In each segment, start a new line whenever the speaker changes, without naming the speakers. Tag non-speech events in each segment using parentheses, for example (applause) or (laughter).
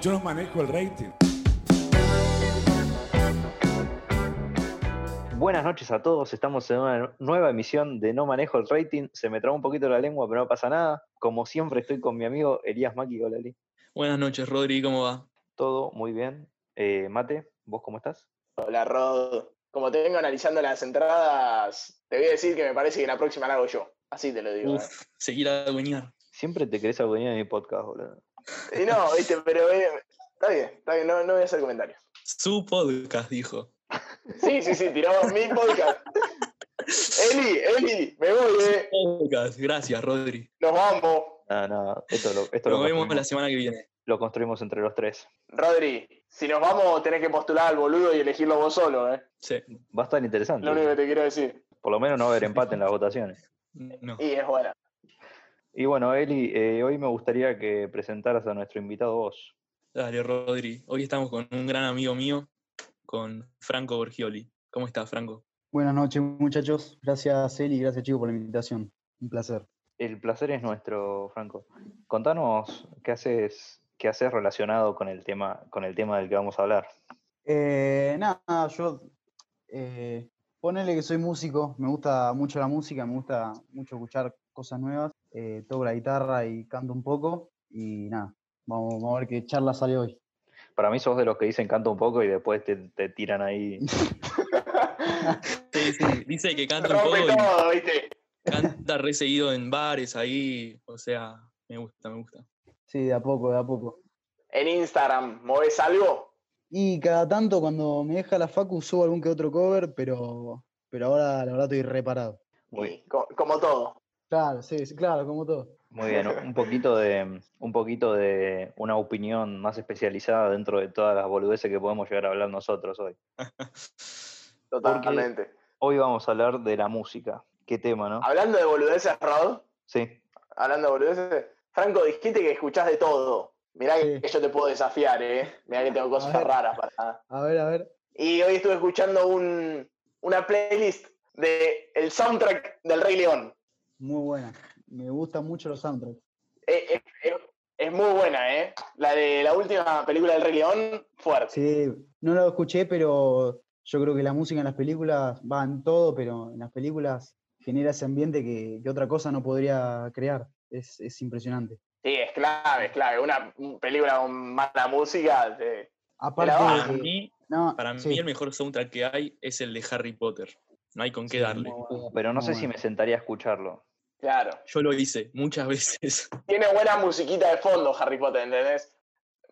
solo manejo el rating.
Buenas noches a todos, estamos en una nueva emisión de No Manejo el Rating. Se me trabó un poquito la lengua, pero no pasa nada. Como siempre, estoy con mi amigo Elías Maki. Hola, Eli.
Buenas noches, Rodri, ¿cómo va?
Todo muy bien. Eh, Mate, ¿vos cómo estás?
Hola, Rod. Como te vengo analizando las entradas, te voy a decir que me parece que la próxima la hago yo. Así te lo digo.
Uf, seguir a adueñar.
Siempre te querés adueñar de mi podcast, boludo.
¿eh? Y no, viste, pero eh, está bien, está bien, no, no voy a hacer comentarios.
Su podcast, dijo.
Sí, sí, sí, tiró mi podcast. Eli, Eli, me voy, eh.
Podcast, gracias, Rodri.
nos vamos.
No, no, esto lo, esto lo
Nos vemos
construimos-
la semana que viene.
lo construimos entre los tres.
Rodri, si nos vamos tenés que postular al boludo y elegirlo vos solo, eh.
Sí,
Va a estar interesante.
Lo único que te quiero decir.
Por lo menos no va a haber empate en las votaciones.
no.
Y es buena.
Y bueno, Eli, eh, hoy me gustaría que presentaras a nuestro invitado vos.
Dale, Rodri. Hoy estamos con un gran amigo mío, con Franco Borgioli. ¿Cómo estás, Franco?
Buenas noches, muchachos. Gracias, Eli, gracias, chicos, por la invitación. Un placer.
El placer es nuestro, Franco. Contanos qué haces, qué haces relacionado con el tema, con el tema del que vamos a hablar.
Eh, nada, yo eh, ponele que soy músico, me gusta mucho la música, me gusta mucho escuchar cosas nuevas, eh, toco la guitarra y canto un poco y nada, vamos, vamos a ver qué charla sale hoy.
Para mí sos de los que dicen canta un poco y después te, te tiran ahí.
Sí, sí, Dice que canta un poco
Rompe
y
todo, viste.
canta re seguido en bares ahí. O sea, me gusta, me gusta.
Sí, de a poco, de a poco.
En Instagram, ¿movés algo?
Y cada tanto cuando me deja la facu subo algún que otro cover, pero, pero ahora la verdad estoy reparado.
Muy,
Y co- como todo.
Claro, sí, sí, claro, como todo.
muy bien, un poquito de, un poquito de una opinión más especializada dentro de todas las boludeces que podemos llegar a hablar nosotros hoy.
Totalmente.
Hoy vamos a hablar de la música. Qué tema, ¿no?
Hablando de boludeces, Rod,
Sí.
hablando de boludeces, Franco, dijiste que escuchás de todo. Mirá
Sí.
que yo te puedo desafiar, eh. Mirá que tengo
A
cosas
ver.
raras para.
A ver, a ver.
Y hoy estuve escuchando un, una playlist de el soundtrack del Rey León.
Muy buena. Me gustan mucho los soundtracks.
Eh, eh, eh, es muy buena, ¿eh? La de la última película del Rey León, fuerte.
Sí, no lo escuché, pero yo creo que la música en las películas va en todo, pero en las películas genera ese ambiente que, que otra cosa no podría crear. Es, es impresionante.
Sí, es clave, es clave. Una película con mala música. te-
Aparte,
banca.
Para
de que-
mí,
no,
para mí
Ah, sí,
el mejor soundtrack que hay es el de Harry Potter. No hay con qué
sí,
darle.
muy bueno,
Pero no
muy
sé si
bueno.
me sentaría a escucharlo.
Claro.
Yo lo hice muchas (laughs) veces.
Tiene buena musiquita de fondo, Harry Potter, ¿entendés?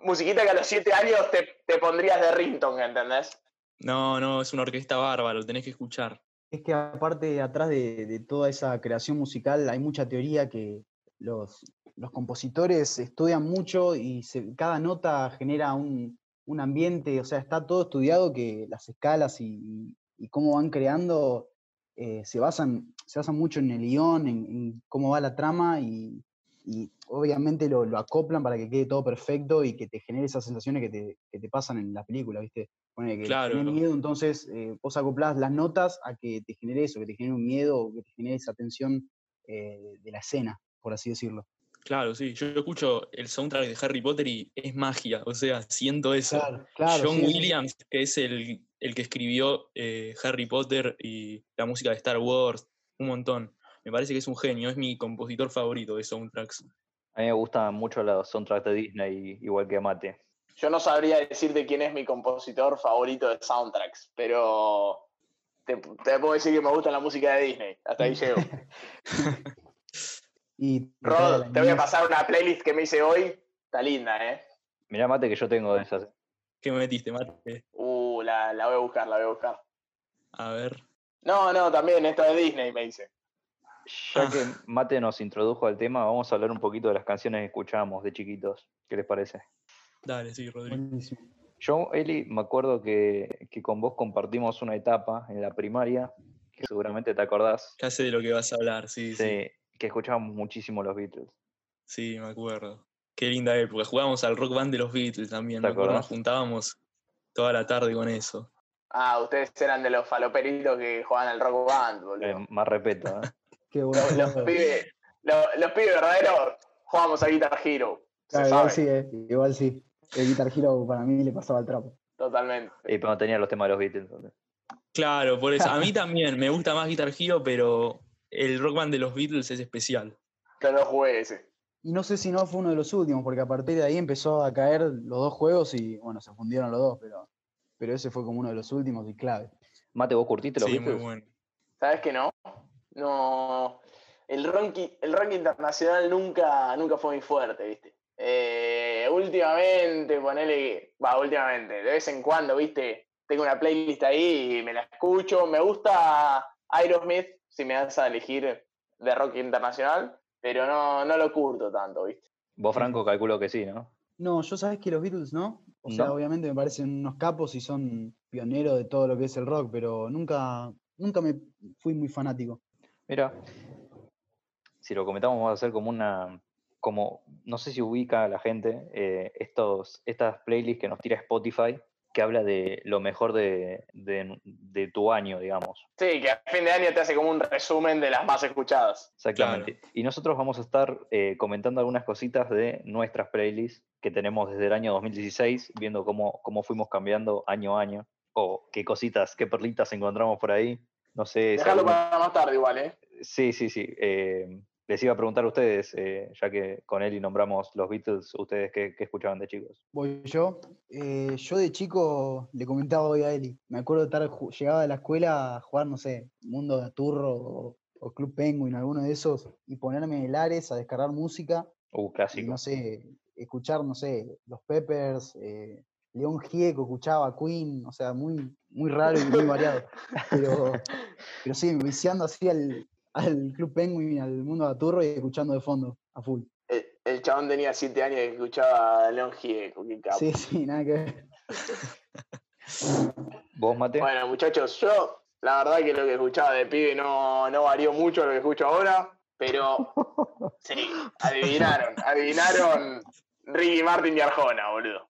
Musiquita que a los siete años te, te pondrías de Rington, ¿entendés?
No, no, es una orquesta bárbara, lo tenés que escuchar.
Es que aparte, atrás de, de toda esa creación musical, hay mucha teoría que los, los compositores estudian mucho y se- cada nota genera un, un ambiente, o sea, está todo estudiado que las escalas y, y- y cómo van creando eh, se, basan, se basan mucho en el guión, en, en cómo va la trama y, y obviamente lo, lo acoplan para que quede todo perfecto y que te genere esas sensaciones que te, que te pasan en la película, ¿viste? Ponele que
Claro.
tenés miedo, entonces eh, vos acoplás las notas a que te genere eso, que te genere un miedo o que te genere esa tensión eh, de la escena, por así decirlo.
Claro, sí. Yo escucho el soundtrack de Harry Potter y es magia. O sea, siento eso. John
sí, sí, sí.
Williams, que es el, el que escribió eh, Harry Potter y la música de Star Wars, un montón. Me parece que es un genio, es mi compositor favorito de soundtracks.
A mí me gustan mucho los soundtracks de Disney, igual que a Mate.
Yo no sabría decirte quién es mi compositor favorito de soundtracks, pero te, te puedo decir que me gusta la música de Disney. Hasta ahí
(laughs)
llego.
Y te trae a la
Rod, te voy a
niñez.
pasar una playlist que me hice hoy. Está linda, ¿eh?
Mirá, Mate, que yo tengo de esas.
¿Qué me metiste, Mate?
Uh, la, la voy a buscar, la voy a buscar.
A ver.
No, no, también esto de Disney, me dice.
Ya
Ah.
que Mate nos introdujo al tema, vamos a hablar un poquito de las canciones que escuchábamos de chiquitos. ¿Qué les parece?
Dale, sí, Rodrigo.
Buenísimo.
Yo, Eli, me acuerdo que, que con vos compartimos una etapa en la primaria, que seguramente te acordás,
Ya sé de lo que vas a hablar, sí, sí.
de- que escuchábamos muchísimo los Beatles.
Sí, me acuerdo. Qué linda época. Jugábamos al rock band de los Beatles también.
¿Te
me acuerdo, nos
acordás?
juntábamos toda la tarde con eso.
Ah, ustedes eran de los faloperitos que jugaban al rock band, boludo.
Eh, más respeto, ¿eh?
Qué bueno.
Los, los pibes, los, los pibes verdaderos jugamos a Guitar Hero. se
Claro,
sabe.
igual sí, eh, igual sí. El Guitar Hero para mí le pasaba el trapo.
Totalmente.
Y pero no tenía los temas de los Beatles.
Claro, por eso. A mí también me gusta más Guitar Hero, pero el Rock Band de los Beatles es especial.
Yo no jugué ese.
Y no sé si no fue uno de los últimos, porque a partir de ahí empezó a caer los dos juegos y bueno, se fundieron los dos, pero, pero ese fue como uno de los últimos y clave.
Mate, vos curtiste los
Sí, muy
Beatles.
bueno.
¿Sabes que no? No. El rock, i- el rock internacional nunca, nunca fue muy fuerte, ¿viste? Eh, últimamente, ponele. Va, últimamente, de vez en cuando, ¿viste? Tengo una playlist ahí y me la escucho. Me gusta Aerosmith, si me das a elegir de rock internacional, pero no, no lo curto tanto, ¿viste?
Vos, Franco, calculo que sí, ¿no?
No, yo sabes que los Beatles no. O sea,
No.
obviamente me parecen unos capos y son pioneros de todo lo que es el rock, pero nunca, nunca me fui muy fanático.
Mira, si lo comentamos, vamos a hacer como una. como No sé si ubica a la gente eh, estos, estas playlists que nos tira Spotify, que habla de lo mejor de, de- de tu año, digamos.
Sí, que a fin de año te hace como un resumen de las más escuchadas.
Exactamente. Y nosotros vamos a estar eh, comentando algunas cositas de nuestras playlists que tenemos desde el año 2016, viendo cómo, cómo fuimos cambiando año a año, o qué cositas, qué perlitas encontramos por ahí. No sé. si
Dejarlo
alguno-
para más tarde, igual, ¿eh?
Sí, sí, sí. eh, les iba a preguntar a ustedes, eh, ya que con Eli nombramos los Beatles, ¿ustedes qué, qué escuchaban de chicos?
Voy yo. Eh, yo de chico le comentaba hoy a Eli. Me acuerdo de estar, ju- llegaba de la escuela a jugar, no sé, Mundo de Aturro o, o Club Penguin, alguno de esos, y ponerme en el Ares a descargar música.
Uh,
y,
clásico.
no sé, escuchar, no sé, los Peppers, eh, León Gieco, escuchaba Queen, o sea, muy, muy raro y muy variado. Pero, pero sí, viciando así al, al Club Penguin, al mundo de Aturro y escuchando de fondo, a full.
El, el chabón tenía 7 años y escuchaba a León Gieco, qué capo.
Sí, sí, nada que ver.
¿Vos, Mate?
Bueno, muchachos, yo la verdad que lo que escuchaba de pibe no, no varió mucho a lo que escucho ahora,
(laughs)
pero sí, adivinaron, adivinaron Ricky Martin y Arjona, boludo.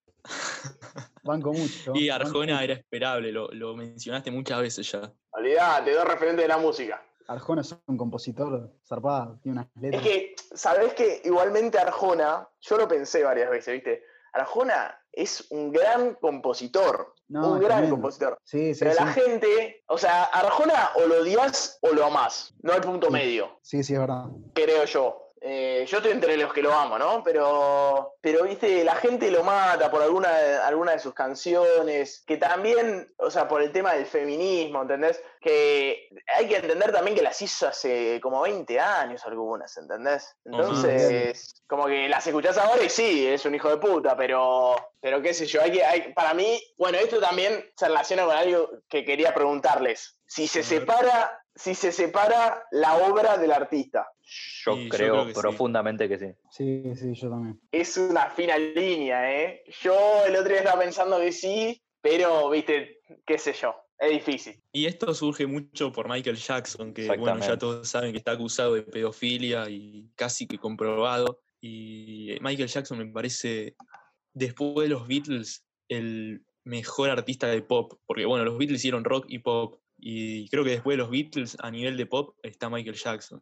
Banco mucho.
Y
banco
Arjona era esperable, lo, lo mencionaste muchas veces ya.
Olvidate, dos referentes de la música.
Arjona es un compositor zarpado, tiene unas
Es
letras.
que, ¿sabés que igualmente Arjona, yo lo pensé varias veces, ¿viste? Arjona es un gran compositor,
No,
un
es
gran
tremendo.
compositor.
Sí, sí,
Pero
sí.
la gente, o sea, Arjona o lo odias o lo amás. No hay punto
Sí.
medio,
Sí, sí, es verdad.
creo yo. Eh, yo estoy entre los que lo amo, ¿no? Pero, pero viste, la gente lo mata por alguna, de- alguna de sus canciones, que también, o sea, por el tema del feminismo, ¿entendés? Que hay que entender también que las hizo hace como 20 años algunas, ¿entendés? Entonces, como que las escuchás ahora y sí, es un hijo de puta, pero, pero qué sé yo, hay que, hay, para mí, bueno, esto también se relaciona con algo que quería preguntarles. Si se
A ver.
separa, si se separa la obra del artista,
Yo
Y yo creo
creo
que sí.
profundamente que sí.
Sí, sí, yo también.
es una fina línea, ¿eh? Yo el otro día estaba pensando que sí, pero, viste, qué sé yo, es difícil.
Y esto surge mucho por Michael Jackson, que bueno,
Exactamente.
ya todos saben que está acusado de pedofilia y casi que comprobado. Y eh, Michael Jackson me parece, después de los Beatles, el mejor artista de pop. Porque bueno, los Beatles hicieron rock y pop. Y creo que después de los Beatles, a nivel de pop, está Michael Jackson.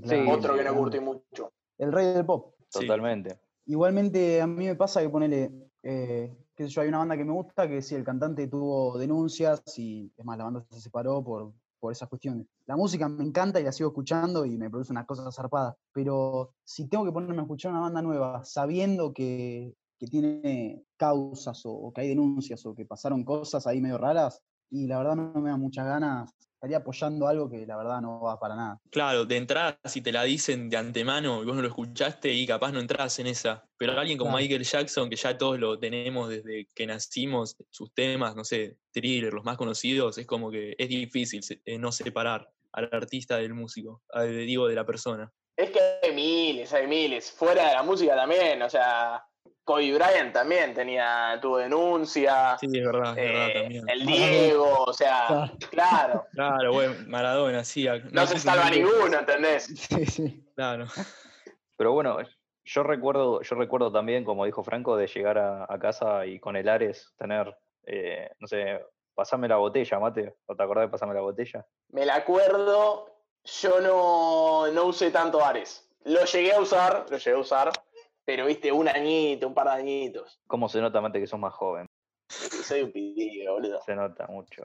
Sí,
claro.
Otro que no curtí mucho.
El rey del pop.
Sí.
Totalmente.
Igualmente a mí me pasa que ponele, eh, qué sé yo, hay una banda que me gusta que sí, el cantante tuvo denuncias y es más, la banda se separó por, por esas cuestiones. La música me encanta y la sigo escuchando y me produce unas cosas zarpadas, pero si tengo que ponerme a escuchar una banda nueva sabiendo que, que tiene causas o, o que hay denuncias o que pasaron cosas ahí medio raras y la verdad no me da muchas ganas, estaría apoyando algo que la verdad no va para nada.
Claro, de entrada, si te la dicen de antemano y vos no lo escuchaste y capaz no entras en esa. Pero alguien como
Claro.
Michael Jackson, que ya todos lo tenemos desde que nacimos, sus temas, no sé, thriller, los más conocidos, es como que es difícil se- eh, no separar al artista del músico, ah, de- digo, de la persona.
Es que hay miles, hay miles. Fuera de la música también, o sea, Kobe Bryant también tenía, tuvo denuncia.
Sí, es verdad, es
eh,
verdad también.
el Diego, o sea,
(laughs) Claro.
claro,
Claro, bueno, Maradona, sí. ac-
no se
existe
salva
ningún-
ninguno, ¿entendés?
Sí, sí.
Claro.
Pero bueno, yo recuerdo, yo recuerdo también, como dijo Franco, de llegar a, a casa y con el Ares tener, eh, no sé, pasame la botella, Mate. ¿O te acordás de pasame la botella?
Me la acuerdo, yo no, no usé tanto Ares. Lo llegué a usar, lo llegué a usar, Pero viste, un añito, un par de añitos.
¿Cómo se nota, Mate, que sos más joven?
Y soy un pitillo, boludo.
Se nota mucho.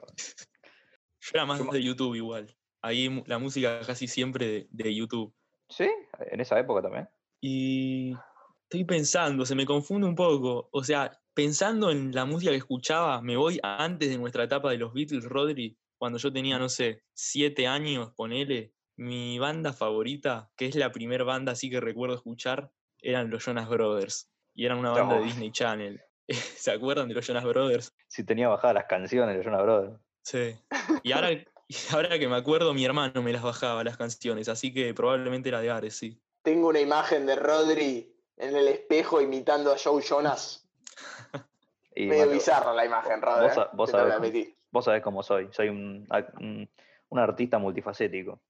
Yo era más de YouTube igual. Ahí mu- la música casi siempre de, de YouTube.
¿Sí? ¿En esa época también?
Y estoy pensando, se me confunde un poco. O sea, pensando en la música que escuchaba, me voy a antes de nuestra etapa de los Beatles, Rodri, cuando yo tenía, no sé, siete años, ponele. Mi banda favorita, que es la primera banda así que recuerdo escuchar, eran los Jonas Brothers. Y eran una banda de
No.
Disney Channel. (laughs) ¿Se acuerdan de los Jonas Brothers?
Si tenía bajadas las canciones de Jonas Brothers.
Sí. Y ahora, y ahora que me acuerdo, mi hermano me las bajaba las canciones, así que probablemente era de Ares, sí.
Tengo una imagen de Rodri en el espejo imitando a Joe Jonas.
Y,
Medio
Mate,
bizarra la imagen, Rodri.
vos
¿eh?
sa- vos
Te tengo que
sabés.
admitir.
Vos sabés cómo soy. Soy un, ac- un, un artista multifacético.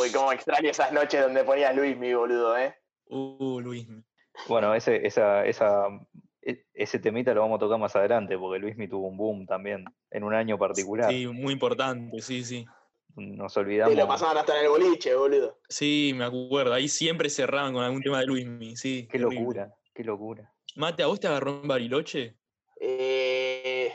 Uy, cómo extraño esas noches donde ponías Luis, mi boludo, ¿eh?
Uh, Luis.
Bueno, ese, esa, esa, e- ese temita lo vamos a tocar más adelante, porque Luismi tuvo un boom también en un año particular.
Sí, muy importante, sí, sí.
Nos
Te
olvidamos.
lo pasaban hasta en el boliche, boludo.
Sí, me acuerdo. Ahí siempre cerraban con algún tema de Luismi, sí.
Qué
terrible.
locura, qué locura.
Mate, ¿a vos te agarró en Bariloche?
Eh,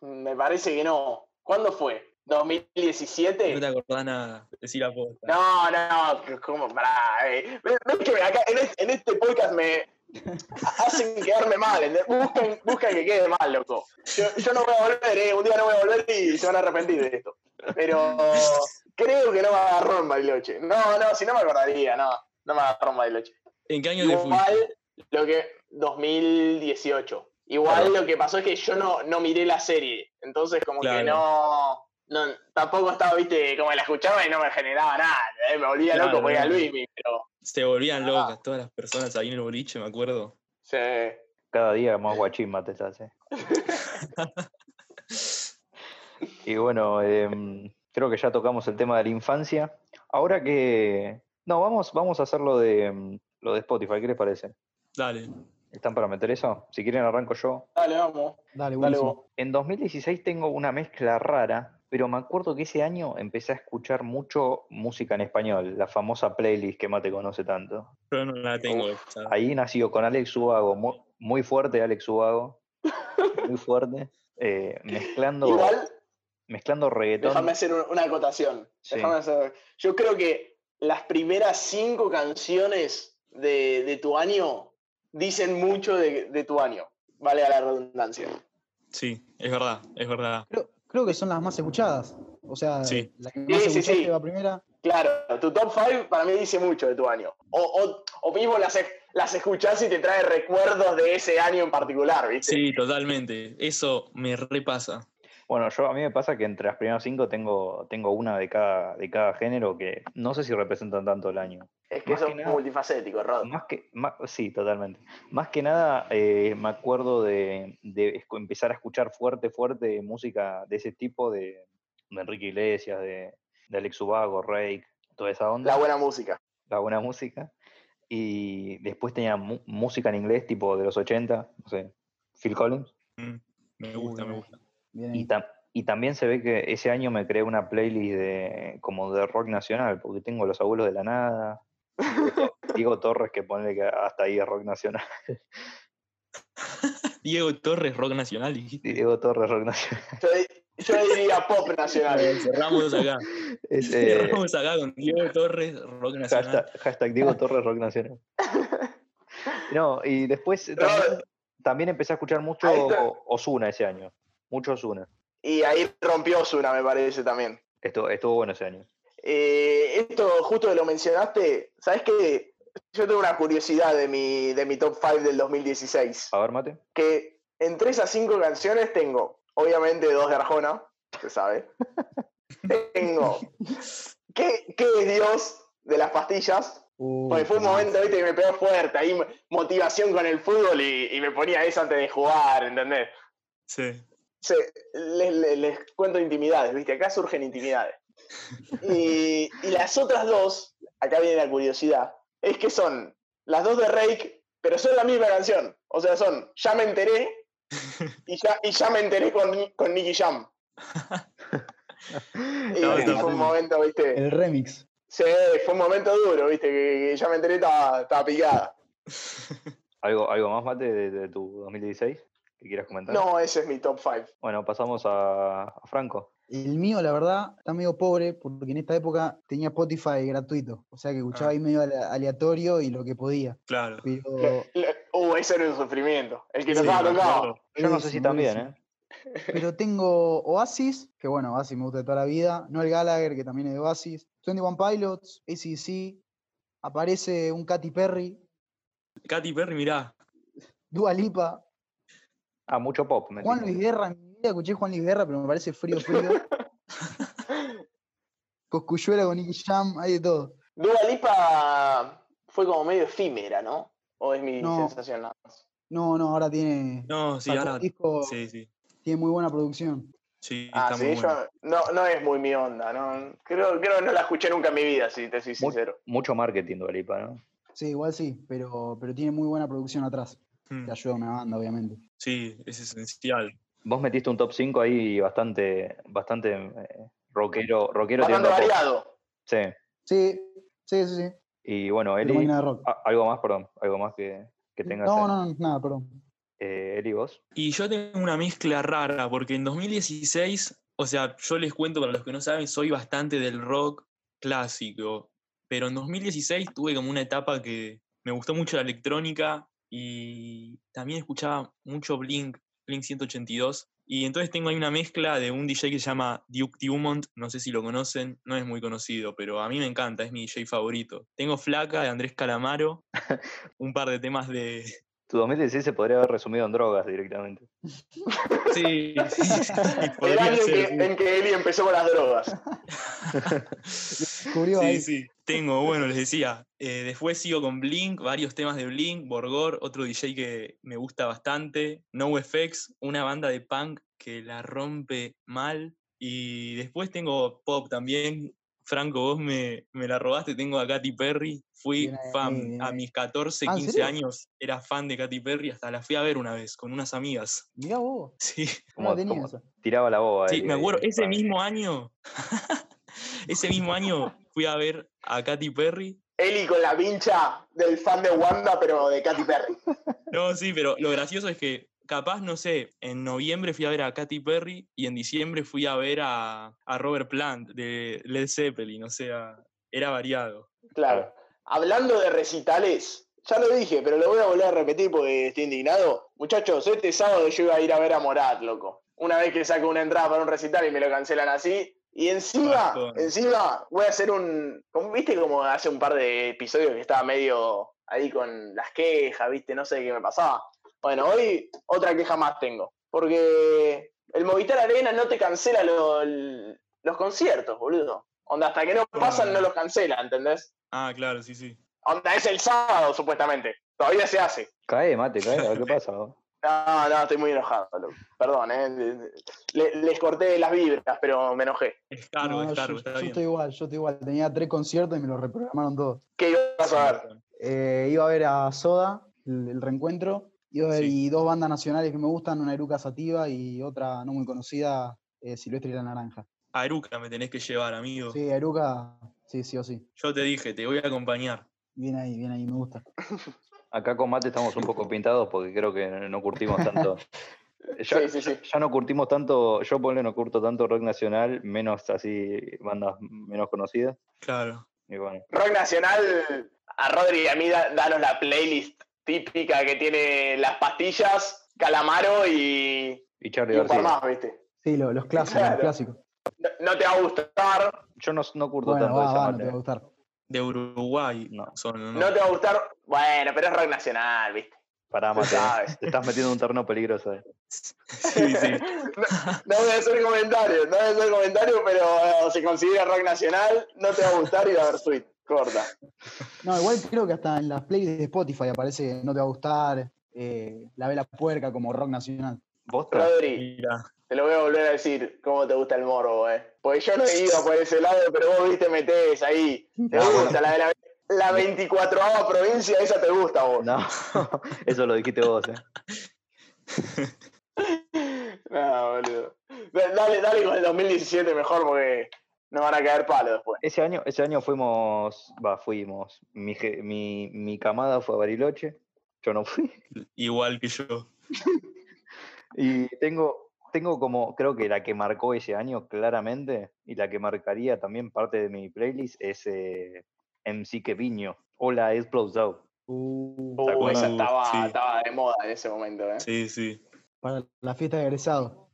me parece que no. ¿Cuándo fue?
No te
¿2017?
acordás nada, decir la posta.
No, no, ¿cómo? Pará, eh. Ven- ven que acá en este, en este podcast me hacen quedarme mal, ¿entendés? buscan, buscan que quede mal, loco. Yo, yo no voy a volver, eh. un día no voy a volver y se van a arrepentir de esto. Pero creo que no me agarró en Bariloche. No, no, si no me acordaría, no, no me agarró en Bariloche.
¿En qué año te fuiste?
Igual lo que 2018. Igual
Claro.
lo que pasó es que yo no, no miré la serie. Entonces como que
Claro.
no, no tampoco estaba, viste, como la escuchaba y no me generaba nada. ¿eh? Me volvía
Claro,
loco porque era
claro.
Luismi, pero
Se
Ah.
volvían locas todas las personas ahí en el boliche, me acuerdo.
sí.
Cada día más guachín mate eh. se hace. Y bueno, em, creo que ya tocamos el tema de la infancia. Ahora que. No, vamos, vamos a hacer lo de, em, lo de Spotify, ¿qué les parece?
Dale.
¿Están para meter eso? Si quieren, arranco yo.
Dale, vamos. Dale
Dale, buenísimo.
vos.
En 2016 tengo una mezcla rara, pero me acuerdo que ese año empecé a escuchar mucho música en español, la famosa playlist que Mate conoce tanto.
Yo no la tengo. ¿sabes?
Ahí nació con Alex Ubago, mu- muy, fuerte Alex Ubago, muy fuerte, eh, mezclando,
Igual,
mezclando reggaetón.
déjame hacer un- una acotación.
Sí.
Déjame hacer- Yo creo que las primeras cinco canciones de, de tu año dicen mucho de, de tu año. Vale a la redundancia.
Sí, es verdad, es verdad.
Creo, creo que son las más escuchadas. O sea,
Sí.
la que
Sí,
más
sí,
escuchaste
sí.
va primera.
Claro, tu top 5 para mí dice mucho de tu año. O, o, o mismo las, es- las escuchás y te trae recuerdos de ese año en particular, ¿viste?
Sí, totalmente. Eso me repasa.
Bueno, yo a mí me pasa que entre las primeras cinco tengo, tengo una de cada, de cada género que no sé si representan tanto el año.
es que
más
eso
que
es
nada-
multifacético, Rod.
Más que, ma- sí, totalmente. Más que nada, eh, me acuerdo de, de escu- empezar a escuchar fuerte, fuerte música de ese tipo, de, de Enrique Iglesias, de, de Alex Ubago, Rake, toda esa onda,
La buena música.
la buena música. Y después tenía mu- música en inglés, tipo de los 80, no sé, Phil Collins.
Mm, Me gusta,
Uy,
me gusta.
Bien ahí.
Y, tam- y también se ve que ese año me creé una playlist de, como de rock nacional, porque tengo Los Abuelos de la Nada, Diego Torres, que pone que hasta ahí es rock nacional.
Diego Torres, rock nacional, dijiste.
Diego Torres Rock
(laughs)
Nacional.
Yo, di- yo diría pop nacional.
Cerramos
(laughs)
acá.
Es, eh,
Cerramos acá con Diego Torres, rock nacional.
hashtag, hashtag Diego Torres Rock
(laughs)
Nacional. No, y después
Pero-
también, también empecé a escuchar mucho
Ahí está.
Osuna ese año. Mucho Osuna.
Y ahí rompió Zuna, me parece también.
Estuvo, estuvo bueno ese año.
Eh, esto justo que lo mencionaste, ¿sabes qué? Yo tengo una curiosidad de mi, de mi top 5 del 2016.
A ver, mate.
que entre esas cinco canciones tengo, obviamente, dos de Arjona, se
(laughs)
sabe. tengo ¿Qué, qué es Dios de las pastillas?
Uy,
Porque fue un
qué mal.
momento, viste, que me pegó fuerte, ahí mo- motivación con el fútbol y, y me ponía eso antes de jugar, ¿entendés?
Sí.
Se- les, les- les cuento intimidades, viste, acá surgen intimidades. Y, y las otras dos, acá viene la curiosidad, es que son las dos de Rake, pero son la misma canción. O sea, son Ya me enteré y ya, y ya me enteré con, con
(laughs)
Nicky Jam. Y,
No,
y
está
fue un
bueno.
momento, viste.
Eh.
El remix.
Ah.
Sí, fue un momento duro, viste, que, que ya me enteré estaba, estaba picada.
¿Algo, algo más, Mate, de, de tu 2016 que quieras comentar?
No, ese es mi top 5.
Bueno, pasamos a, a Franco.
El mío, la verdad, está medio pobre porque en esta época tenía Spotify gratuito. O sea que escuchaba
Ah.
ahí medio ale- aleatorio y lo que podía.
Claro.
Pero,
Uh, ese era un sufrimiento. El que nos
Sí,
estaba
me
tocado.
acuerdo.
Yo no sé si
Buenísimo,
también,
buenísimo.
¿eh?
pero tengo Oasis, que bueno, Oasis me gusta de toda la vida. Noel Gallagher, que también es de Oasis. 21 Pilots, ACDC. Aparece un Katy Perry.
Katy Perry, mirá.
Dua Lipa.
Ah, mucho pop. metí.
Juan Luis Guerra, en mi vida escuché Juan Luis Guerra, pero me parece frío, frío. Cosculluela con Nicky Jam, hay de todo.
Dua Lipa fue como medio efímera, ¿no? O es mi
No.
sensación nada más.
No, no, ahora tiene.
No, sí,
sacó
ahora.
un disco,
Sí, sí.
tiene muy buena producción.
Sí,
Ah,
está
sí,
muy bueno.
yo no, no es muy mi onda, ¿no? Creo, creo que no la escuché nunca en mi vida, si te soy
Muy-
sincero.
Mucho marketing, Dualipa, ¿no?
Sí, igual sí, pero, pero tiene muy buena producción atrás.
Mm,
Te ayuda una banda, obviamente.
Sí, es esencial.
Vos metiste un top 5 ahí bastante, bastante eh, rockero, rockero tirando
Bastante
a pop.
variado.
Sí.
Sí, sí, sí, sí.
Y bueno,
pero
Eli,
máquina de rock.
a- Ah, algo más, perdón, algo más que, que tengas.
No,
en-
no, no, nada, perdón.
eh, Eli, vos.
Y yo tengo una mezcla rara, porque en 2016, o sea, yo les cuento para los que no saben, soy bastante del rock clásico, pero en 2016 tuve como una etapa que me gustó mucho la electrónica y también escuchaba mucho Blink, Blink 182. Y entonces tengo ahí una mezcla de un DJ que se llama Duke Dumont, no sé si lo conocen, no es muy conocido, pero a mí me encanta, es mi DJ favorito. Tengo Flaca de Andrés Calamaro, un par de temas de,
Tu 2016 se podría haber resumido en drogas directamente.
(laughs)
Sí, sí, sí, y
El
podría
año en
ser,
que, en que Eli empezó con las drogas.
sí.
Descubrió ahí.
Sí, sí, tengo, bueno, les decía. eh, después sigo con Blink, varios temas de Blink, Borgor, otro DJ que me gusta bastante, NoFX, una banda de punk que la rompe mal. Y después tengo pop también. Franco, vos me, me la robaste, tengo a Katy Perry. Fui
Bien ahí,
fan,
bien
a
ahí.
mis 14,
Ah, ¿en
15
serio?
años era fan de Katy Perry, hasta la fui a ver una vez con unas amigas. (laughs)
Mirá vos,
Sí.
no la
Como-
tenía
como-
esa.
Tiraba la boba.
Sí,
Eli,
me
ahí,
acuerdo, ese
para mí.
mismo año, (laughs) ese mismo
(laughs)
año fui a ver a Katy Perry.
Eli con la pincha del fan de Wanda, pero de Katy Perry.
No, sí, pero lo gracioso es que capaz, no sé, en noviembre fui a ver a Katy Perry y en diciembre fui a ver a, a Robert Plant de Led Zeppelin, o sea, era variado.
Claro. Hablando de recitales, ya lo dije, pero lo voy a volver a repetir porque estoy indignado. Muchachos, este sábado yo iba a ir a ver a Morat, loco. Una vez que saco una entrada para un recital y me lo cancelan así. Y encima,
Bastón.
encima voy a hacer un. como- ¿Viste como hace un par de episodios que estaba medio ahí con las quejas, viste? No sé qué me pasaba. Bueno, hoy otra queja más tengo. Porque el Movistar Arena no te cancela lo- los conciertos, boludo. Onda, hasta que no pasan no los cancela, ¿entendés?
Ah, claro, sí, sí.
Onda, es el sábado, supuestamente. Todavía se hace.
Cae, mate, cae, a ver
(laughs)
qué pasa. vos.
No, no, estoy muy enojado, loco. Perdón, eh. Le- les corté las vibras, pero me enojé.
Es cargo,
No,
es
yo-
cargo,
yo,
está bien.
estoy igual, yo estoy igual. Tenía tres conciertos y me los reprogramaron todos.
¿Qué ibas a ver?
Eh, iba a ver a Soda, el, el reencuentro. Iba a ver
Sí.
y dos bandas nacionales que me gustan, una Eruca Sativa y otra no muy conocida, eh, Silvestre y la Naranja.
A Eruca me tenés que llevar, amigo.
Sí, Eruca, sí, sí o sí.
Yo te dije, te voy a acompañar.
Bien ahí, bien ahí, me gusta.
Acá con mate estamos un poco pintados porque creo que no curtimos
(laughs)
tanto. Eh, Ya,
Sí, sí, sí.
ya no curtimos tanto, yo ponle no curto tanto rock nacional, menos así bandas menos conocidas.
Claro.
Y bueno,
Rock Nacional, a Rodri y a mí da- danos la playlist típica que tiene las pastillas, Calamaro y,
y
y
Charlie
un par
García.
más, ¿viste?
Sí, lo- los clásicos,
Claro.
los clásicos.
No, no te va a gustar,
Yo no, no curto
Bueno,
tanto
va,
esa
va, no
mate. eh.
te va a gustar.
De Uruguay
No.
son, ¿no? (laughs)
no te va a gustar. Bueno, pero es Rock Nacional, ¿viste?
Pará, mate. eh.
sabes.
Te estás metiendo en un terreno peligroso. eh.
Sí,
(laughs)
sí.
No voy a hacer comentarios, no voy a hacer comentarios, pero eh, se considera rock nacional, no te va a gustar y va a haber suite. Corta.
No, igual creo que hasta en las playlists de Spotify aparece No te va a gustar, eh, La Vela Puerca como rock nacional.
Vos tra-
Rodri,
Mira.
te lo voy a volver a decir cómo te gusta el morbo, eh. Porque yo no iba por ese lado, pero vos viste, metés ahí. Te
Ah,
gusta la de la, la 24 provincia, esa te gusta a vos. No,
No, (laughs) eso lo dijiste vos. eh.
boludo. Da- Dale, dale con el 2017 mejor porque no van a caer palos después.
Ese año, ese año fuimos, va, fuimos. Mi, ge- mi, mi camada fue a Bariloche. Yo no fui.
Igual que yo.
Y tengo, tengo como, creo que la que marcó ese año claramente, y la que marcaría también parte de mi playlist, es eh, MC Keviño. Hola, es Blows Out.
Uh,
Uh,
acuerdas?
esa estaba,
Sí.
estaba de moda en ese momento, ¿eh?
Sí, sí.
para la fiesta de egresado.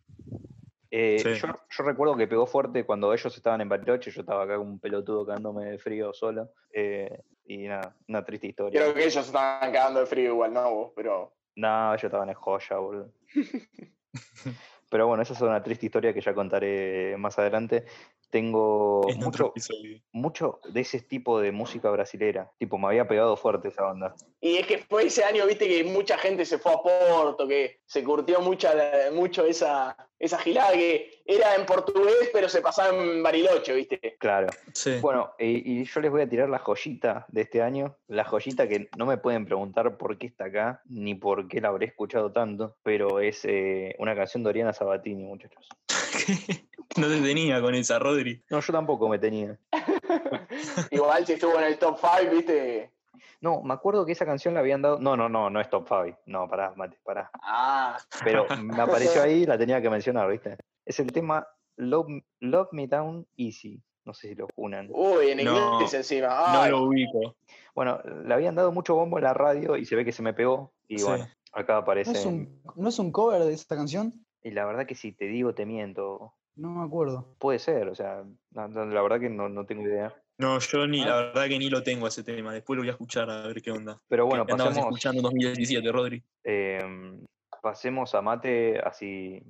Eh,
Sí.
yo, yo recuerdo que pegó fuerte cuando ellos estaban en Bariloche, yo estaba acá como un pelotudo cagándome de frío solo. eh, y nada, una triste historia.
Creo que ellos estaban cagando de frío igual, no vos, pero.
No, yo estaba en joya, boludo. (laughs) Pero bueno, esa es una triste historia que ya contaré más adelante. Tengo
En
mucho,
otro episodio.
mucho de ese tipo de música brasilera. Tipo, me había pegado fuerte esa banda.
Y es que fue ese año, viste, que mucha gente se fue a Porto, que se curtió mucha, mucho esa, esa gilada que era en portugués, pero se pasaba en Bariloche, viste.
(laughs)
Claro.
Sí.
(laughs) Bueno, eh, y, y yo les voy a tirar la joyita de este año. La joyita que no me pueden preguntar por qué está acá, ni por qué la habré escuchado tanto, pero es eh, una canción de Oriana Sabatini, muchachos.
no te tenía con esa, Rodri.
No, yo tampoco me tenía.
Igual si estuvo en el top 5, viste.
No, me acuerdo que esa canción la habían dado. No, no, no, no es Top Fabi. No, pará, mate, pará.
Ah,
Pero me apareció ahí y la tenía que mencionar, ¿viste? Es el tema Love, Love Me Down Easy. No sé si lo unan.
uy, en
No,
inglés encima. Ay,
No lo ubico.
Bueno, le habían dado mucho bombo en la radio y se ve que se me pegó. Y
Sí.
bueno, acá aparece.
¿No es, un, ¿No es un cover de esta canción?
Y la verdad que si te digo, te miento.
No me acuerdo.
Puede ser, o sea, no- no, la verdad que no, no tengo idea.
No, yo ni,
Ah.
la verdad que ni lo tengo ese tema. Después lo voy a escuchar a ver qué onda.
Pero bueno,
¿Qué andabas
pasemos,
escuchando en 2017, Rodri.
em, pasemos a mate, así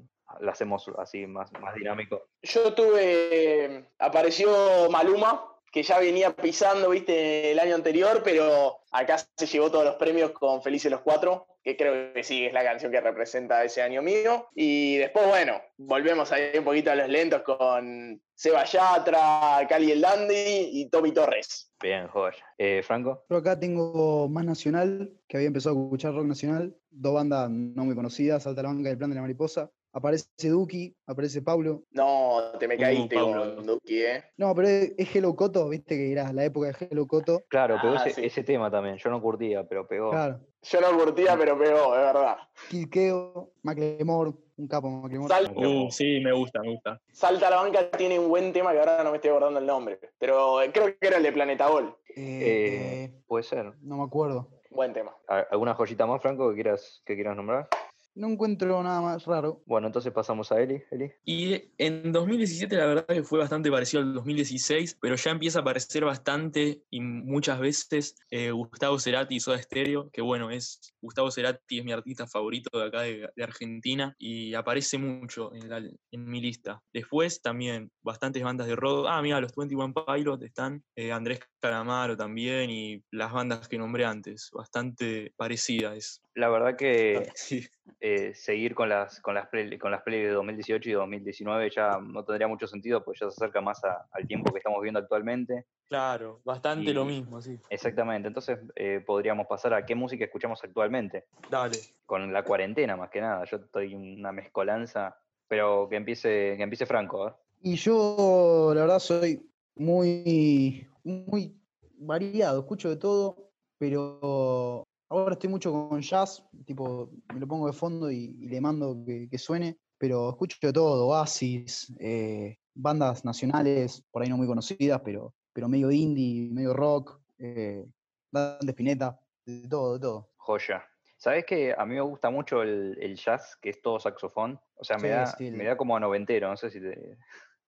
la hacemos así más, más dinámico.
Yo tuve. Apareció Maluma, que ya venía pisando, viste, el año anterior, pero acá se llevó todos los premios con Felices los Cuatro, que creo que sí es la canción que representa ese año mío. Y después, bueno, volvemos ahí un poquito a los lentos con Seba Yatra, Cali el Dandy y Tommy Torres.
Bien, joya. Eh, Franco,
Yo acá tengo más nacional, que había empezado a escuchar rock nacional, dos bandas no muy conocidas, Alta la Banca y El Plan de la Mariposa. Aparece Duki, aparece Pablo.
No, te me
Uh,
caíste
Pablo.
con Duki, ¿eh?
No, pero es, es Hello Coto, viste que era la época de Hello Coto.
claro, pegó
Ah,
ese,
sí.
ese tema también. Yo no curtía, pero pegó.
Claro.
Yo no curtía, pero pegó, es verdad.
Kikeo, Macklemore, un capo Macklemore.
Sal-
Uh, sí, me gusta, me gusta.
Salta a la banca tiene un buen tema que ahora no me estoy acordando el nombre, pero eh, creo que era el de Planeta Gol.
Eh, eh,
Puede ser.
no me acuerdo.
Buen tema.
¿Al- ¿Alguna joyita más, Franco, que quieras, que quieras nombrar?
No encuentro nada más raro.
Bueno, entonces pasamos a Eli. Eli.
Y en 2017 la verdad que fue bastante parecido al 2016, pero ya empieza a aparecer bastante y muchas veces eh, Gustavo Cerati y Soda Stereo, que bueno, es Gustavo Cerati es mi artista favorito de acá de, de Argentina y aparece mucho en, la- en mi lista. Después también bastantes bandas de rock. Ah, mira, los 21 Pilot están, eh, Andrés Calamaro también y las bandas que nombré antes, bastante parecidas.
La verdad que
Sí.
eh, seguir con las con las play, con las play de 2018 y 2019 ya no tendría mucho sentido porque ya se acerca más a- al tiempo que estamos viendo actualmente.
Claro, bastante
lo
mismo, sí.
Exactamente, entonces eh, podríamos pasar a qué música escuchamos actualmente,
Dale.
con la cuarentena más que nada. Yo estoy en una mezcolanza, pero que empiece que empiece Franco, ¿eh? a ver.
Y yo, la verdad, soy muy, muy variado, escucho de todo, pero ahora estoy mucho con jazz, tipo, me lo pongo de fondo y, y le mando que, que suene, pero escucho de todo, Oasis, eh, bandas nacionales, por ahí no muy conocidas, pero, pero medio indie, medio rock, eh, Dante Spinetta, de todo, de todo.
Joya. ¿Sabes que a mí me gusta mucho el, el jazz, que es todo saxofón? O sea, me,
Sí,
da,
sí,
me
el-
da como a noventero, no sé si te... Si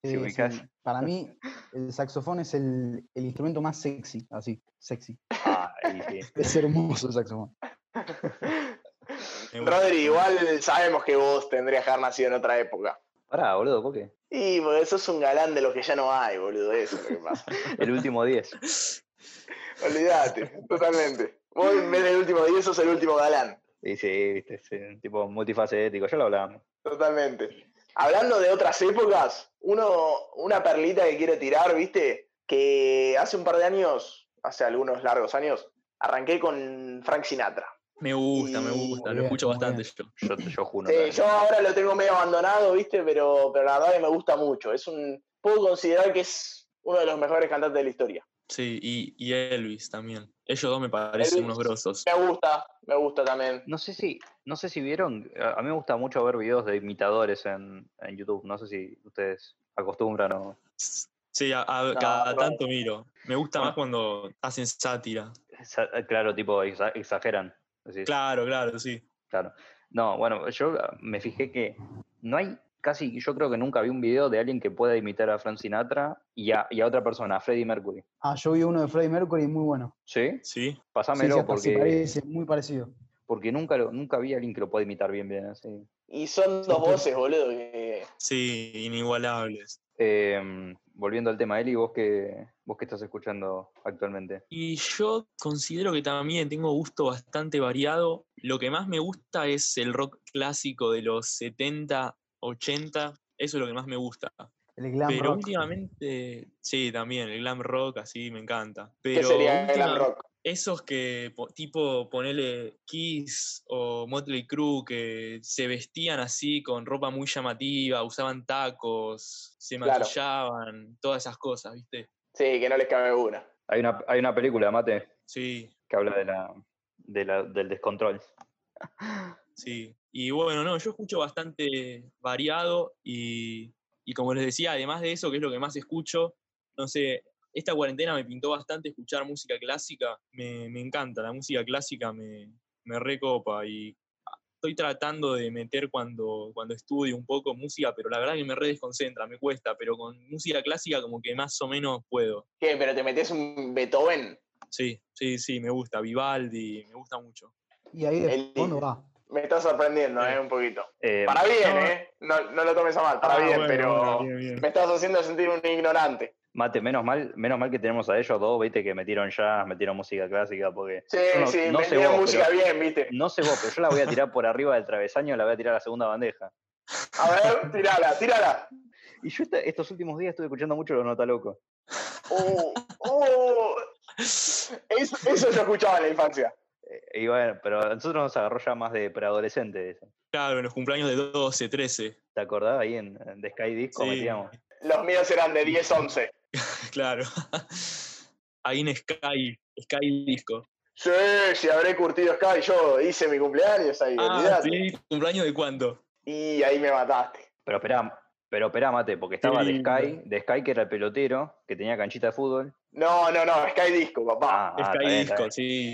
Sí, sí,
ubicás.
Para mí, el saxofón es el, el instrumento más sexy, así, sexy.
Ah, y sí.
Es hermoso el saxofón.
Rodri, igual sabemos que vos tendrías que haber nacido en otra época.
Pará, boludo, ¿por qué?
Y porque sos un galán de los que ya no hay, boludo, eso es lo que pasa.
El último 10.
Olvídate, totalmente. Vos en vez del último día sos el último galán,
Y sí, viste, es eh, tipo multifacético, ya lo hablábamos.
totalmente. Hablando de otras épocas, uno, una perlita que quiero tirar, viste, que hace un par de años, hace algunos largos años, arranqué con Frank Sinatra.
Me gusta, me
Y-
gusta,
Muy
lo
bien,
escucho
muy
bastante
bien.
yo.
Yo, yo juro.
Sí, yo ahora lo tengo medio abandonado, ¿viste? Pero, pero la verdad que me gusta mucho. Es un, puedo considerar que es uno de los mejores cantantes de la historia.
Sí, y, y Elvis también. Ellos dos me parecen
Elvis.
unos grosos.
Me gusta, me gusta también.
No sé si, no sé si vieron, a a mí me gusta mucho ver videos de imitadores en, en YouTube, no sé si ustedes acostumbran o...
Sí, a, a-
No,
cada
no.
tanto miro. Me gusta
Bueno.
más cuando hacen sátira.
exa- Claro, tipo, exa- exageran. decís.
Claro, claro, sí.
Claro. No, bueno, yo ah, me fijé que no hay casi, yo creo que nunca vi un video de alguien que pueda imitar a Frank Sinatra y a, y a otra persona, a Freddie Mercury.
Ah, yo vi uno de Freddie Mercury muy bueno.
¿Sí?
Sí.
Sí,
Pásamelo
sí, hasta se
porque,
parece, muy parecido.
porque nunca, lo- nunca vi a alguien que lo pueda imitar bien, bien así.
Y son
Sí,
dos
sí.
voces, boludo, que
Sí, inigualables.
Em, volviendo al tema, Eli, vos que vos que estás escuchando actualmente.
Y yo considero que también tengo gusto bastante variado. Lo que más me gusta es el rock clásico de los 70, 80. Eso es lo que más me gusta.
El glam
Pero
rock.
últimamente, sí, también, el glam rock, así me encanta.
¿qué
Pero
sería el glam
última-
rock?
esos que, po- tipo, ponele Kiss o Motley Crue, que se vestían así con ropa muy llamativa, usaban tacos, se
Claro.
maquillaban, todas esas cosas, ¿viste?
Sí, que no les cabe una.
Hay una, hay una película, Mate,
Sí,
que habla de la, de la- del descontrol.
Sí, y bueno, no, yo escucho bastante variado y, y como les decía, además de eso, que es lo que más escucho, no sé, esta cuarentena me pintó bastante escuchar música clásica, me, me encanta, la música clásica me, me recopa y estoy tratando de meter cuando, cuando estudio un poco música, pero la verdad que me re desconcentra, me cuesta, pero con música clásica como que más o menos puedo.
¿Qué? Pero te metes un Beethoven.
Sí, sí, sí, me gusta, Vivaldi, me gusta mucho. (laughs)
Y ahí de
El-
fondo va.
Me está sorprendiendo,
Sí.
¿eh? Un poquito.
Eh,
Para bien,
no.
¿eh? No, no lo tomes a mal, para
Ah,
bien,
bueno,
pero
bueno, bien, bien.
me estás haciendo sentir un ignorante.
Mate, menos mal, menos mal que tenemos a ellos dos, viste, que metieron jazz, metieron música clásica, porque
Sí,
Yo no-
sí,
no
me
sé
tiene
vos,
música
pero-
bien, ¿viste?
no sé vos, pero yo la voy a tirar por arriba del travesaño, la voy a tirar a la segunda bandeja.
A ver, tírala, tírala.
Y yo esta- estos últimos días estuve escuchando mucho los Nota Loco.
Oh, oh. Eso, eso yo escuchaba en la infancia.
Eh, Y bueno, pero a nosotros nos agarró ya más de preadolescente eso.
Claro, en los cumpleaños de 12, 13,
¿Te acordás? Ahí en, en The Sky Disco
Sí.
metíamos.
Los míos eran de 10, 11.
Claro. (laughs) Ahí en Sky, Sky Disco.
Sí, si habré curtido Sky, yo hice mi cumpleaños ahí,
Ah,
olvidate.
sí, cumpleaños de cuánto.
Y ahí me mataste.
Pero esperá, pero esperá, Mate, porque estaba The
lindo.
Sky, The Sky que era el pelotero, que tenía canchita de fútbol.
No, no, no, Sky Disco, papá.
Ah, ah,
Sky
está bien, está
Disco,
bien.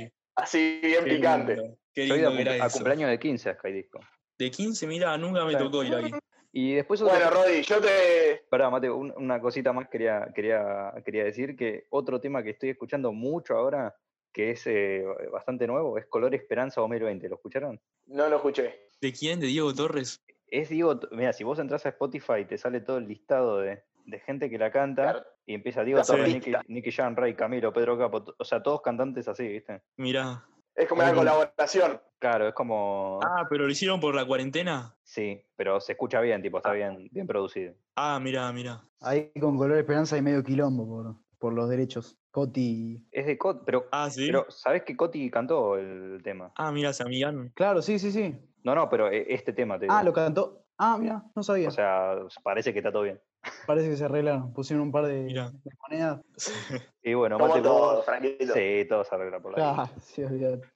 sí.
Así bien
Qué
picante.
lindo, Qué
Yo he
lindo
ido a,
que
cumple-
era
a
eso.
cumpleaños de 15 a Sky Disco.
De 15, mira, nunca me
Claro.
tocó ir ahí.
Y después otra
Bueno,
cosa-
Rodri, yo te.
Pará, Mate, un- una cosita más quería, quería, quería decir que otro tema que estoy escuchando mucho ahora, que es eh, bastante nuevo, es Color Esperanza 2020. ¿Lo escucharon?
No lo escuché.
¿De quién? ¿De Diego Torres?
Es, digo, mira, si vos entras a Spotify te sale todo el listado de, de gente que la canta
Claro.
y empieza Diego
Las
Torres, Nicky,
solistas.
Nicky Jam, Ray Camilo, Pedro Capo, t- o sea, todos cantantes así, ¿viste?
Mirá.
Es como una
Ahí.
colaboración.
Claro, es como.
Ah, pero lo hicieron por la cuarentena.
Sí, pero se escucha bien, tipo, está bien, bien producido.
Ah, mirá, mirá.
Ahí con Color Esperanza y medio quilombo por, por los derechos. Coti.
Es de Coti, pero,
Ah, sí.
pero ¿sabés que Coti cantó el tema?
Ah, mirá, se amigaron.
Claro, sí, sí, sí.
No, no, pero eh, este tema te
Ah,
digo.
lo cantó. Ah, mira, no sabía.
O sea, parece que está todo bien.
Parece que se arreglaron. Pusieron un par de,
Mirá.
de monedas.
Y bueno,
Como
Mate, vos-
todo, tranquilo.
Sí, todo se arregla por la vida.
Ah, sí, olvidate.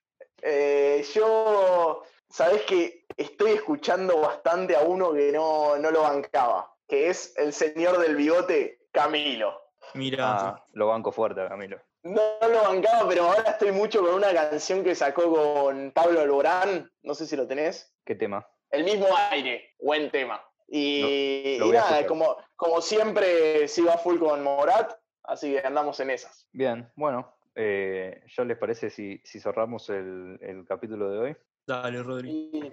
Eh, yo, sabés que estoy escuchando bastante a uno que no, no lo bancaba, que es el señor del bigote, Camilo.
Mirá.
Ah, lo banco fuerte, a Camilo.
No, no lo bancaba, pero ahora estoy mucho con una canción que sacó con Pablo Alborán, no sé si lo tenés.
¿Qué tema?
El mismo aire, buen tema. Y,
Lo- lo
y
voy a
nada,
escuchar.
como, como siempre, sigo a full con Morat, así que andamos en esas.
Bien, bueno, eh, ¿ya les parece si, si cerramos el, el capítulo de hoy?
Dale, Rodri.
Y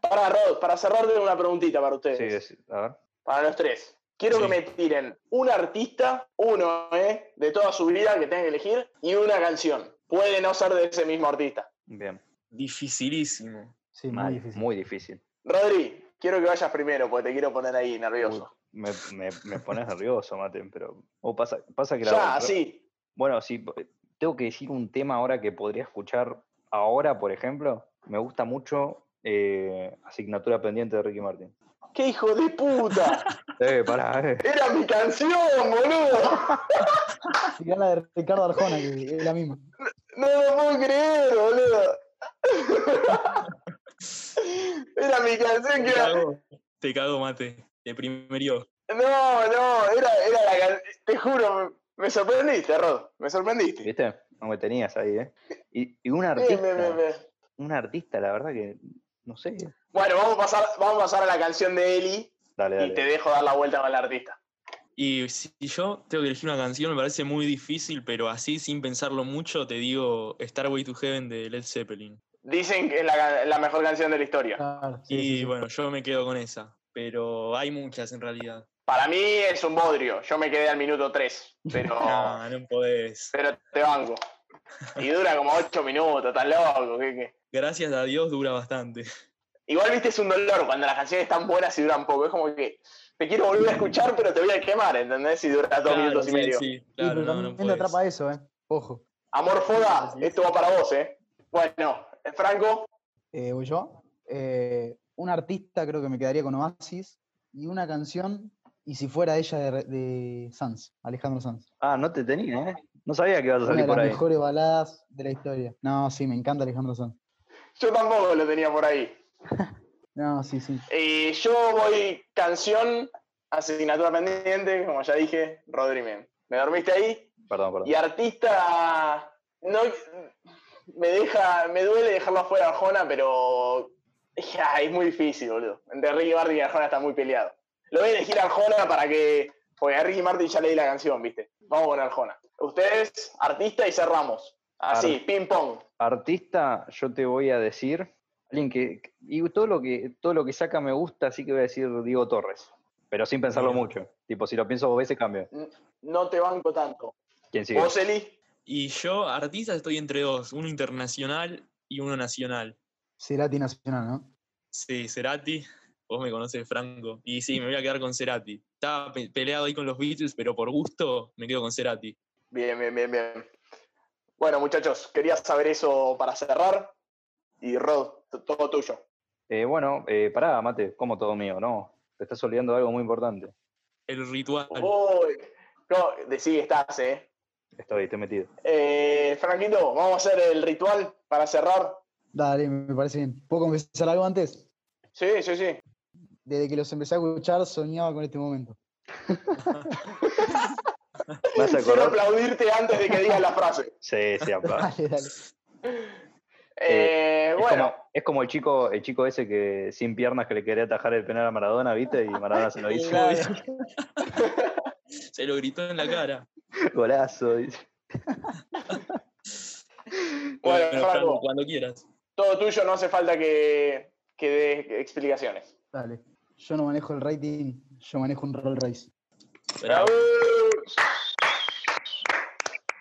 para Rod, para cerrar, tengo una preguntita para ustedes.
Sí, es- a ver.
Para los tres. Quiero
Sí.
que me tiren un artista, uno, ¿eh? De toda su vida que tengan que elegir, y una canción. Puede no ser de ese mismo artista.
Bien,
Dificilísimo.
Sí,
mal,
muy difícil.
muy difícil.
Rodri, quiero que vayas primero, porque te quiero poner ahí nervioso.
Uy, me, me, me pones nervioso, Mate, pero o pasa, pasa que la
ya,
pero-
así.
Bueno, sí, po- eh, tengo que decir un tema ahora que podría escuchar ahora, por ejemplo. Me gusta mucho eh, Asignatura Pendiente de Ricky Martin.
¡Qué hijo de puta!
Eh, pará, eh.
¡Era mi canción, boludo!
Mirá la de Ricardo Arjona, que es la misma.
No lo puedo creer, boludo. Era mi canción que
Te
era.
cago, te cago, mate. Te primerió.
No, no, era, era la canción. Te juro, me, me sorprendiste, Rod. Me sorprendiste.
¿Viste? No me tenías ahí, ¿eh? Y, y un
Eh,
artista,
me- me- me.
un artista, la verdad que no sé.
Bueno, vamos a, pasar, vamos a pasar a la canción de Eli
Dale,
y te
dale.
dejo dar la vuelta con el artista.
Y si yo tengo que elegir una canción, me parece muy difícil, pero así, sin pensarlo mucho, te digo Starway to Heaven de Led Zeppelin.
Dicen que es la, la mejor canción de la historia.
Claro, sí,
y
sí, sí.
bueno, yo me quedo con esa. Pero hay muchas en realidad.
Para mí es un bodrio. Yo me quedé al minuto 3, pero,
No, no podés.
pero te banco. Y dura como 8 minutos, estás loco. ¿qué, qué?
Gracias a Dios dura bastante.
Igual, viste, es un dolor cuando las canciones están buenas y duran poco. Es como que te quiero volver a escuchar, pero te voy a quemar, ¿entendés? Si dura 2
Claro,
minutos y
sí,
medio.
sí,
Sí,
claro,
pero
no, no
también te atrapa
podés.
eso, ¿eh? Ojo.
Amor Foda, esto va para vos, ¿eh? Bueno, Franco,
Eh, voy yo. Eh, un artista creo que me quedaría con Oasis y una canción, y si fuera ella de, Re- de Sanz, Alejandro Sanz.
Ah, no te tenía, ¿eh? No sabía que ibas a
Una de
salir
las
por ahí.
mejores baladas de la historia. No, sí, me encanta Alejandro Sanz.
yo tampoco lo tenía por ahí.
No, sí, sí.
Eh, yo voy canción, asignatura pendiente, como ya dije, Rodri Men. ¿Me dormiste ahí?
Perdón, perdón.
Y artista, no, me deja, me duele dejarlo afuera Arjona, pero ya, es muy difícil, boludo. Entre Ricky Martin y Arjona está muy peleado. Lo voy a elegir Arjona para que, porque a Ricky Martin ya leí la canción, viste. Vamos con Arjona. Ustedes, artista y cerramos. Así,
Ar-
ping pong.
Artista, yo te voy a decir, alguien que, y todo lo que, todo lo que saca me gusta, así que voy a decir Diego Torres, pero sin pensarlo
Mira.
mucho. Tipo, si lo pienso dos veces, cambio.
No te banco tanto.
¿Quién sigue?
¿Vos, Eli?
Y yo, artista, estoy entre dos, uno internacional y uno nacional.
Cerati Nacional, ¿no?
Sí, Cerati, vos me conoces, Franco. Y sí, me voy a quedar con Cerati. Estaba pe- peleado ahí con los Beatles, pero por gusto me quedo con Cerati.
Bien, bien, bien, bien. Bueno, muchachos, quería saber eso para cerrar. Y Rod, t- todo tuyo.
Eh, bueno, eh, pará, mate, como todo mío, ¿no? Te estás olvidando de algo muy importante.
El ritual.
Uy, no, decí que estás, ¿eh?
Estoy, estoy metido.
(laughs) Eh, Franquito, vamos a hacer el ritual para cerrar.
Dale, me parece bien. ¿Puedo confesar algo antes?
Sí, sí, sí.
Desde que los empecé a escuchar soñaba con
(laughs)
este momento.
¿Me vas a
Quiero
acordar?
aplaudirte antes de que digas la frase.
(laughs) Sí,
(laughs)
sí, aplaudo. (laughs)
Dale, dale.
Eh,
Es
bueno,
como, es como el chico, el chico ese que sin piernas que le quería atajar el penal a Maradona, ¿viste? Y Maradona
(laughs)
se lo hizo.
Se lo gritó en la cara.
Golazo. dice.
Bueno, Franco.
cuando quieras.
todo tuyo, no hace falta que, que des explicaciones.
Dale. Yo no manejo el rating, yo manejo un Roll Race.
Bravo.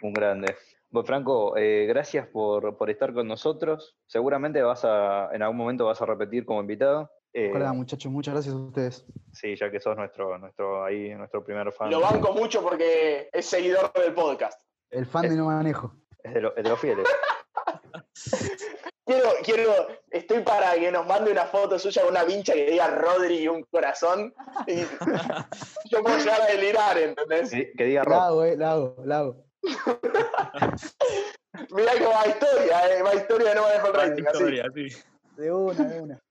Un grande. Bueno, Franco, eh, gracias por, por estar con nosotros. Seguramente vas a, en algún momento vas a repetir como invitado. Eh,
Hola, muchachos, muchas gracias a ustedes.
sí, ya que sos nuestro, nuestro, ahí, nuestro primer fan.
Lo banco mucho porque es seguidor del podcast.
El fan de no manejo.
Es de, lo- es de los
(laughs)
fieles.
Quiero, quiero, estoy para que nos mande una foto suya con una vincha que diga Rodri y un corazón. Y (laughs) yo puedo llegar a delirar, ¿entendés?
Que, que diga
La
Rob.
hago, eh, la hago, la hago.
Mirá que va historia, eh, va historia, no me dejo el
Buena
rating. así.
historia, sí.
De una, de una.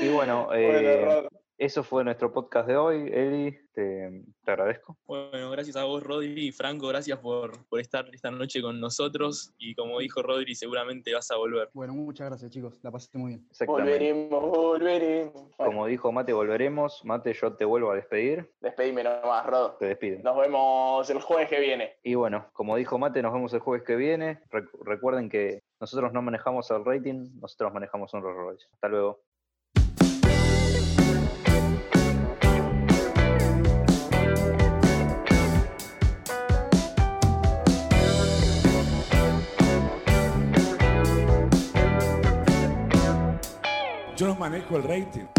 Y bueno,
Bueno,
eh,
Rod.
eso fue nuestro podcast de hoy. Eli, te, te agradezco.
Bueno, gracias a vos, Rodri. Y Franco, gracias por, por estar esta noche con nosotros. Y como dijo Rodri, seguramente vas a volver.
Bueno, muchas gracias, chicos. La pasé muy bien.
Exactamente.
Volveremos, volveremos. Bueno,
Como dijo Mate, volveremos. Mate, yo te vuelvo a despedir.
despedime nomás, Rodo.
Te despido.
Nos vemos el jueves que viene.
Y bueno, como dijo Mate, nos vemos el jueves que viene. Rec- recuerden que nosotros no manejamos el rating, nosotros manejamos un Rolls Royce. Hasta luego.
Yo no manejo el rating.